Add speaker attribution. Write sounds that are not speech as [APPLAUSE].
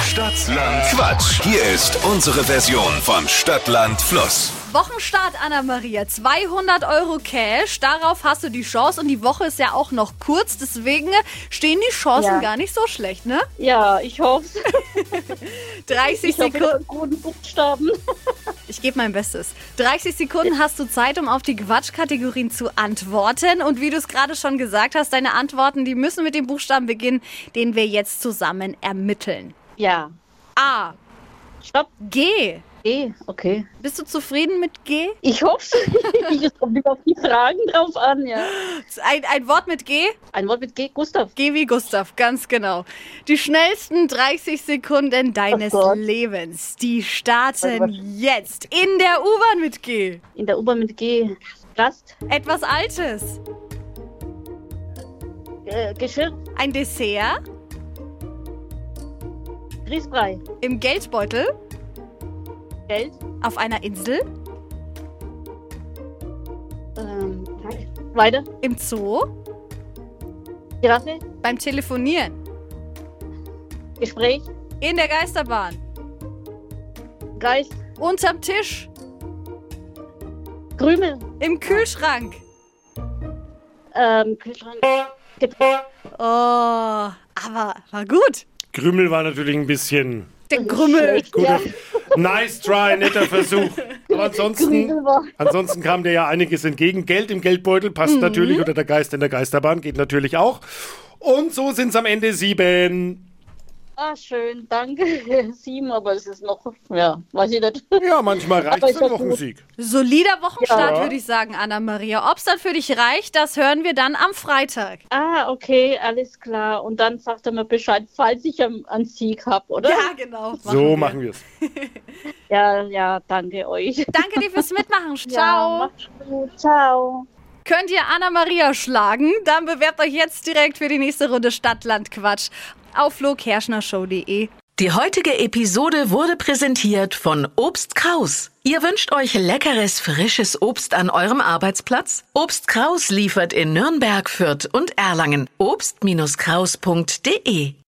Speaker 1: Stadtland Quatsch. Hier ist unsere Version von Stadtland Fluss.
Speaker 2: Wochenstart, Anna-Maria. 200 Euro Cash. Darauf hast du die Chance. Und die Woche ist ja auch noch kurz. Deswegen stehen die Chancen
Speaker 3: Ja.
Speaker 2: gar nicht so schlecht,
Speaker 3: [LAUGHS]
Speaker 2: ne?
Speaker 3: Ja, ich [LAUGHS] hoffe
Speaker 2: 30
Speaker 3: Ich hoffe, ich
Speaker 2: Sekunden.
Speaker 3: habe einen guten Buchstaben.
Speaker 2: Ich gebe mein Bestes. 30 Sekunden hast du Zeit, um auf die Quatschkategorien zu antworten. Und wie du es gerade schon gesagt hast, deine Antworten, die müssen mit dem Buchstaben beginnen, den wir jetzt zusammen ermitteln.
Speaker 3: Ja.
Speaker 2: A.
Speaker 3: Stopp.
Speaker 2: G.
Speaker 3: E. Okay.
Speaker 2: Bist du zufrieden mit G?
Speaker 3: Ich hoffe [LAUGHS] es. kommt immer auf die Fragen drauf an, ja.
Speaker 2: Ein, ein Wort mit G?
Speaker 3: Ein Wort mit G. Gustav.
Speaker 2: G wie Gustav, ganz genau. Die schnellsten 30 Sekunden deines
Speaker 3: Oh Gott.
Speaker 2: Lebens, die
Speaker 3: Oh
Speaker 2: starten jetzt in der U-Bahn mit G.
Speaker 3: In der U-Bahn mit G. Gast.
Speaker 2: Etwas Altes,
Speaker 3: Äh, Geschirr.
Speaker 2: ein Dessert
Speaker 3: Grießbrei.
Speaker 2: im Geldbeutel
Speaker 3: Geld.
Speaker 2: auf einer Insel,
Speaker 3: Ähm, weiter.
Speaker 2: im Zoo,
Speaker 3: Giraffe.
Speaker 2: beim Telefonieren,
Speaker 3: Gespräch.
Speaker 2: in der Geisterbahn,
Speaker 3: Geist.
Speaker 2: unterm Tisch,
Speaker 3: Krümel.
Speaker 2: im Kühlschrank.
Speaker 3: Ähm, Kühlschrank. Getränk.
Speaker 2: Oh, aber war gut.
Speaker 4: Krümel war natürlich ein bisschen.
Speaker 2: Der Grummel.
Speaker 3: Schlecht, ja.
Speaker 4: Nice try, netter Versuch. Aber ansonsten,
Speaker 3: Krümel war- Mhm.
Speaker 4: ansonsten kam dir ja einiges entgegen. Geld im Geldbeutel passt natürlich oder der Geist in der Geisterbahn geht natürlich auch. Und so sind es am Ende sieben.
Speaker 3: Ah, schön. Danke. [LAUGHS] Sieben, aber es ist noch. Ja, weiß ich nicht.
Speaker 4: Ja, manchmal reicht
Speaker 3: Aber ich
Speaker 4: es für einen
Speaker 3: hab gut.
Speaker 4: Wochensieg.
Speaker 2: Solider Wochenstart,
Speaker 4: Ja.
Speaker 2: würde ich sagen, Anna-Maria. Ob es dann für dich reicht, das hören wir dann am Freitag.
Speaker 3: Ah, okay, alles klar. Und dann sagt er mir Bescheid, falls ich am- einen Sieg habe, oder?
Speaker 2: Ja, genau.
Speaker 4: so machen wir es.
Speaker 3: ja, ja, danke euch.
Speaker 2: Danke dir fürs Mitmachen.
Speaker 3: Ja,
Speaker 2: Ciao.
Speaker 3: macht's gut. Ciao.
Speaker 2: Könnt ihr Anna-Maria schlagen? Dann bewerbt euch jetzt direkt für die nächste Runde Stadtlandquatsch auf flokerschnershow.de.
Speaker 5: Die heutige Episode wurde präsentiert von Obst Kraus. Ihr wünscht euch leckeres, frisches Obst an eurem Arbeitsplatz? Obst Kraus liefert in Nürnberg, Fürth und Erlangen. Obst-Kraus.de